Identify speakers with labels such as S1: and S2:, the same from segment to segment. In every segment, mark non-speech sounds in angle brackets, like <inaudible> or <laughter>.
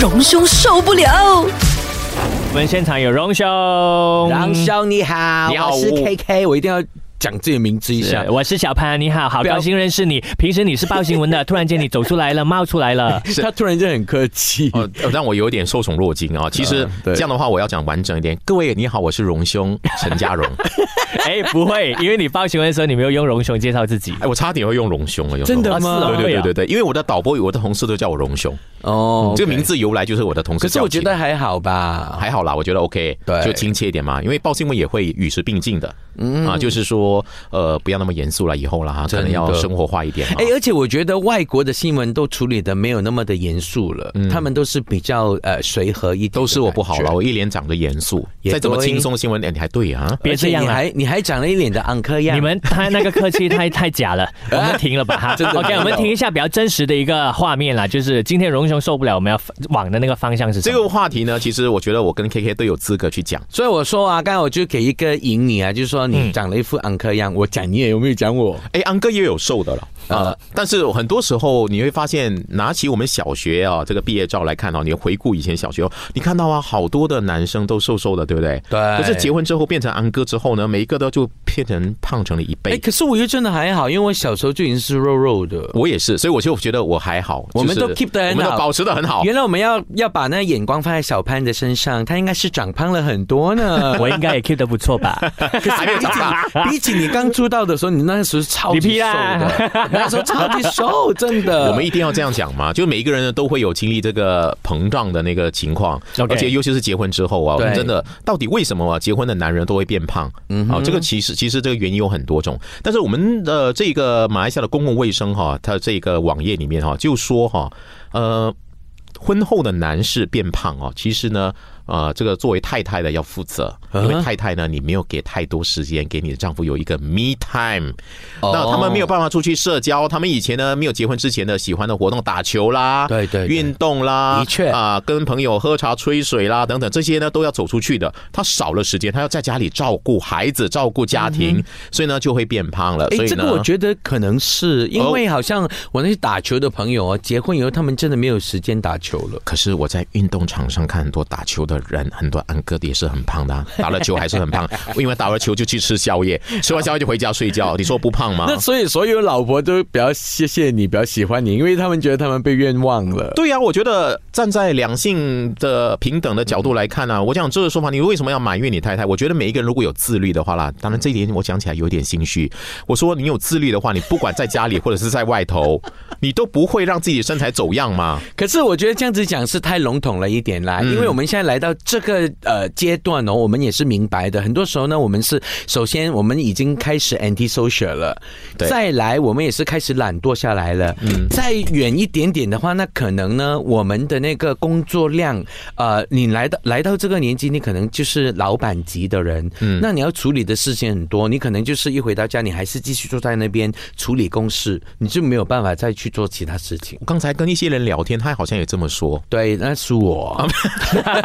S1: 荣兄受不了。
S2: 我们现场有荣兄，
S3: 杨兄你好，
S2: 嗯你好
S3: 我是 KK，我一定要讲自己名字一
S2: 是
S3: 下。
S2: 我是小潘，你好，好
S3: 不要
S2: 高兴认识你。平时你是报新闻的，突然间你走出来了，冒出来
S3: <laughs>
S2: 了。
S3: 他突然间很客气，
S4: 哦，让我有点受宠若惊啊、其实
S3: 嗯对
S4: 这样的话，我要讲完整一点。各位你好，我是荣
S3: <laughs>
S4: 兄陈家荣。
S2: 哎，不会，因为你报新闻的时候，你没有用荣兄介绍自己。
S4: 哎，我差点会用荣兄了，有时
S3: 真
S4: 候
S3: 的吗
S4: 对对
S2: 会啊
S4: 对对对，因为我的导播、我的同事都叫我荣兄，
S3: 哦
S4: 这个名。字由来嗯就是我的同
S3: OK
S4: 事
S3: 可
S4: 叫起
S3: 是
S4: 的。
S3: 我觉得还好吧，
S4: 还好啦，我觉得 OK，
S3: 对
S4: 就亲切一点嘛。因为报新闻也会与时并进的，啊，就是说呃，不要那么严肃了，以后啦，可能要
S3: 嗯真的
S4: 生活化一点嘛。
S3: 哎、而且我觉得外国的新闻都处理的没有那么的严肃了，他们都是比较呃随和一点。
S4: 都是我不好了，，我一脸长着严肃，
S3: 也
S4: 再怎么
S3: 对
S4: 轻松的新闻，哎，你还对
S3: <laughs>
S4: 啊？
S2: 别
S3: 而且
S2: 这样
S3: 你
S2: 了
S3: 还你还长了一脸的昂克样。
S2: 你们太那个客气太太假
S3: <laughs>
S2: 了，我们停了吧哈
S3: 真。的
S2: OK，
S3: 真的
S2: 我们停一下比较真实的一个画面啦，就是今天荣兄受不了，我们要往的那个方向是什
S4: 这
S2: 么？
S4: 个话题呢，其实我觉得我跟 KK 都有资格去讲。
S3: 所以我说啊，刚才我就给一个赢你啊，就是说你长了一副昂克样，我讲你也有没有讲我？
S4: 哎，安哥也有瘦的了啊、但是很多时候你会发现，拿起我们小学啊这个毕业照来看啊，你回顾以前小学，哦，你看到啊，好多的男生都瘦瘦的，对不对？
S3: 对
S4: 可是结婚之后变成安哥之后呢，每一个都就变成胖成了一
S3: 哎、
S4: 倍。
S3: 可是我又真的还好，因为我小时候就已经是肉肉的。
S4: 我也是，所以我就觉得我还好，
S3: 我们
S4: 就是
S3: 都 keep 得很
S4: 我们
S3: 好
S4: 都保持的很好。
S3: 原来我们要要把那眼光放在小潘的身上，他应该是长胖了很多呢。
S4: <laughs>
S2: 我应该也 keep 得不错吧？
S3: 可是比起比起你刚出道的时候，你那时候是超
S2: 你
S3: 级
S2: 屁
S3: 瘦
S2: 啦
S3: 的，那时候超级瘦，真的。
S4: <laughs> 我们一定要这样讲嘛，就每一个人呢都会有经历这个膨胀的那个情况
S2: OK
S4: 而且尤其是结婚之后啊，我们
S3: 对
S4: 真的到底为什么啊？结婚的男人都会变胖？嗯，啊，这个其实其实这个原因有很多种，但是我们的这个马来西亚的公共卫生哈、它这个网页里面哈、就说哈、呃，婚后的男士变胖哦，其实呢，呃，这个作为太太的要负责，因为太太呢，你没有给太多时间给你的丈夫有一个 me time，、那
S3: 哦
S4: 他们没有办法出去社交，他们以前呢没有结婚之前呢喜欢的活动，打球啦，
S3: 对对对
S4: 运动啦，
S3: 的确
S4: 啊、跟朋友喝茶吹水啦等等这些呢都要走出去的，他少了时间，他要在家里照顾孩子，照顾家庭，所以呢就会变胖了，
S3: 哎
S4: 所，
S3: 嗯
S4: 以
S3: 这
S4: 呢
S3: 个我。觉得可能是因
S4: 哦
S3: 为好像我那些打球的朋友啊，结婚以后他们真的没有时间打球了。
S4: 可是我在运动场上看很多打球的人，很多安哥的也是很胖的、啊，打了球还是很胖，因为打了球就去吃宵夜，吃完宵夜就回家睡觉，你说不
S3: <laughs>
S4: 胖吗？
S3: 那所以所有老婆都比较谢谢你，比较喜欢你，因为他们觉得他们被冤枉了。
S4: 对呀、我觉得站在两性的平等的角度来看呢、啊我讲这个说法，你为什么要埋怨你太太？我觉得每一个人如果有自律的话啦，当然这一点我讲起来有点心虚。我说你有自律的话，你不管在家里或者是在外头，你都不会让自己的身材走样嘛。
S3: 可是我觉得这样子讲是太笼统了一点啦，因为我们现在来到这个呃阶段哦，我们也是明白的。很多时候呢，我们是首先我们已经开始 anti social 了，
S4: 对
S3: 再来我们也是开始懒惰下来了。再远一点点的话，那可能呢，我们的那个工作量，呃，你来到来到这个年纪，你可能就是老板级的人，那你要处理的事情很多，你可能就是一回到家，你还是继续坐在那边处理公事，你就没有办法再去做其他事情。
S4: 我刚才跟一些人聊天，他好像也这么说。
S3: 对，那是我， <laughs>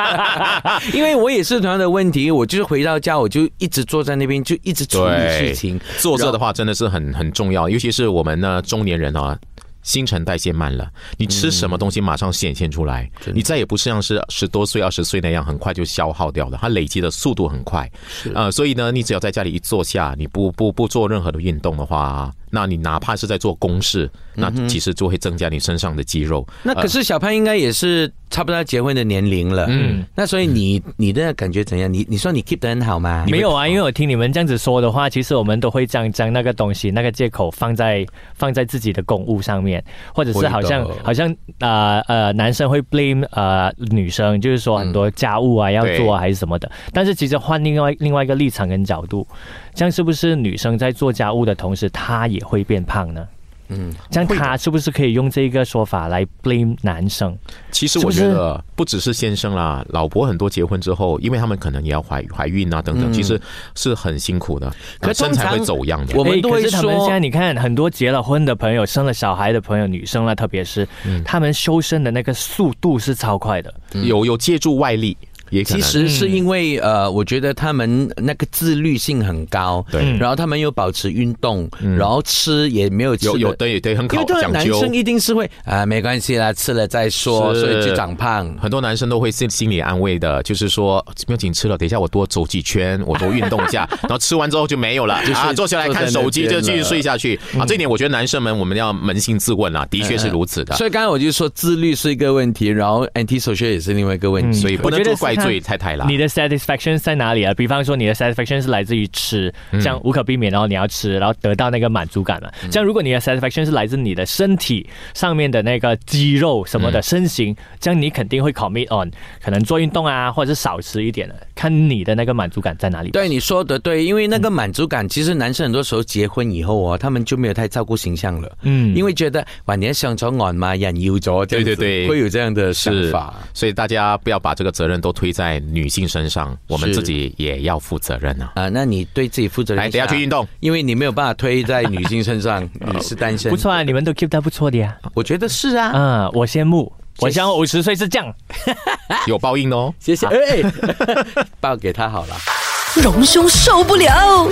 S3: 因为我也是同样的问题，我就是回到家，我就一直坐在那边，就一直处理事情。
S4: 坐着的话真的是很很重要，尤其是我们呢中年人啊。新陈代谢慢了，你吃什么东西马上显现出来，你再也不是像是十多岁、二十岁那样很快就消耗掉了，它累积的速度很快，呃，所以呢，你只要在家里一坐下，你不不不做任何的运动的话，那你哪怕是在做公事，那其实就会增加你身上的肌肉。
S3: 那可是小潘应该也是差不多要结婚的年龄了，嗯，那所以你你的感觉怎样？你你说你 keep 得很好吗？
S2: 没有啊，因为我听你们这样子说的话，其实我们都会将将那个东西、那个借口放在放在自己的公务上面，或者
S3: 会
S2: 是
S3: 的
S2: 好像好像呃呃，男生会 blame 呃女生，就是说很多家务啊、要做啊还是什么的。但是其实换另外另外一个立场跟角度，这样是不是女生在做家务的同时，她也会变胖呢？嗯，这样她是不是可以用这个说法来 blame 男生？
S4: 其
S2: 是
S4: 实我
S2: 不是
S4: 觉得不只是先生啦，老婆很多结婚之后，因为他们可能也要怀怀孕啊等等，其实是很辛苦的，
S3: 可
S4: 那身材
S3: 通
S4: 会
S3: 常
S4: 走样的。
S3: 我们
S2: 哎
S3: 都
S2: 可
S3: 会
S2: 是他们
S3: 说
S2: 现在你看，很多结了婚的朋友、生了小孩的朋友，女生了，
S3: 嗯
S2: 特别是、他们修身的那个速度是超快的。
S4: 有有借助外力，也可
S3: 其
S4: 能
S3: 实嗯是因
S4: 嗯
S3: 为呃，我觉得他们那个自律性很高，
S4: 对嗯
S3: 然后他们又保持运动，然后吃也没有吃
S4: 有
S3: 的
S4: 有对对很
S3: 因
S4: 考
S3: 为都
S4: 讲
S3: 男
S4: 究。
S3: 生一定是会啊，没关系啦，吃了再说，
S4: 是
S3: 所以就长胖。
S4: 很多男生都会心心理安慰的，就是说哦不用紧吃了，等一下我多走几圈，我多运动一
S3: <laughs>
S4: 下，然后吃完之后就没有了
S3: 就是
S4: 啊，坐下来看手机
S3: 坐在
S4: 就
S3: 那边嗯
S4: 继续睡下去啊。这一点我觉得男生们我们要扪心自问啦，的确是如此的，
S3: 所以刚才我就说自律是一个问题，然后 anti social 也是另外一个问题。
S4: 所以不能
S2: 我觉
S4: 够
S2: 得
S4: 怪
S2: 是
S4: 罪
S2: 看
S4: 太太啦。
S2: 你的 satisfaction 在哪里啊？比方说，你的 satisfaction 是来自于吃，
S3: 嗯
S2: 这样无可避免，然后你要吃，然后得到那个满足感嘛。这样，如果你的 satisfaction 是来自你的身体上面的那个肌肉什
S3: 嗯
S2: 么的身形，这样你肯定会 commit on，可能做运动啊，或者是少吃一点的，看你的那个满足感在哪里。
S3: 对你说的对，因为那个满足感，其实男生很多时候结婚以后哦，他们就没有太照顾形象了，
S2: 嗯
S3: 因为觉得晚年上咗岸嘛，人要咗，这样子
S4: 对对对
S3: 会有这样的想
S4: 是
S3: 法。，
S4: 所以大家不要把这个责任都推在女性身上，我们
S3: 是
S4: 自己也要负责任啊。
S3: 啊，那你对自己负责任。
S4: 来，哎等一下去运，动。哦
S3: 因为你没有办法推在女性身
S4: <laughs>
S3: 上，你是单身。
S2: 不错啊，你们都 keep 到不错的呀。
S3: 我觉得是啊。
S2: 嗯，我羡慕，我想我五十岁是这样。
S3: 啊
S4: 有报
S3: <laughs>
S4: 应的哦。
S3: 谢谢，哎，报给他好了。
S1: 隆兄受不了。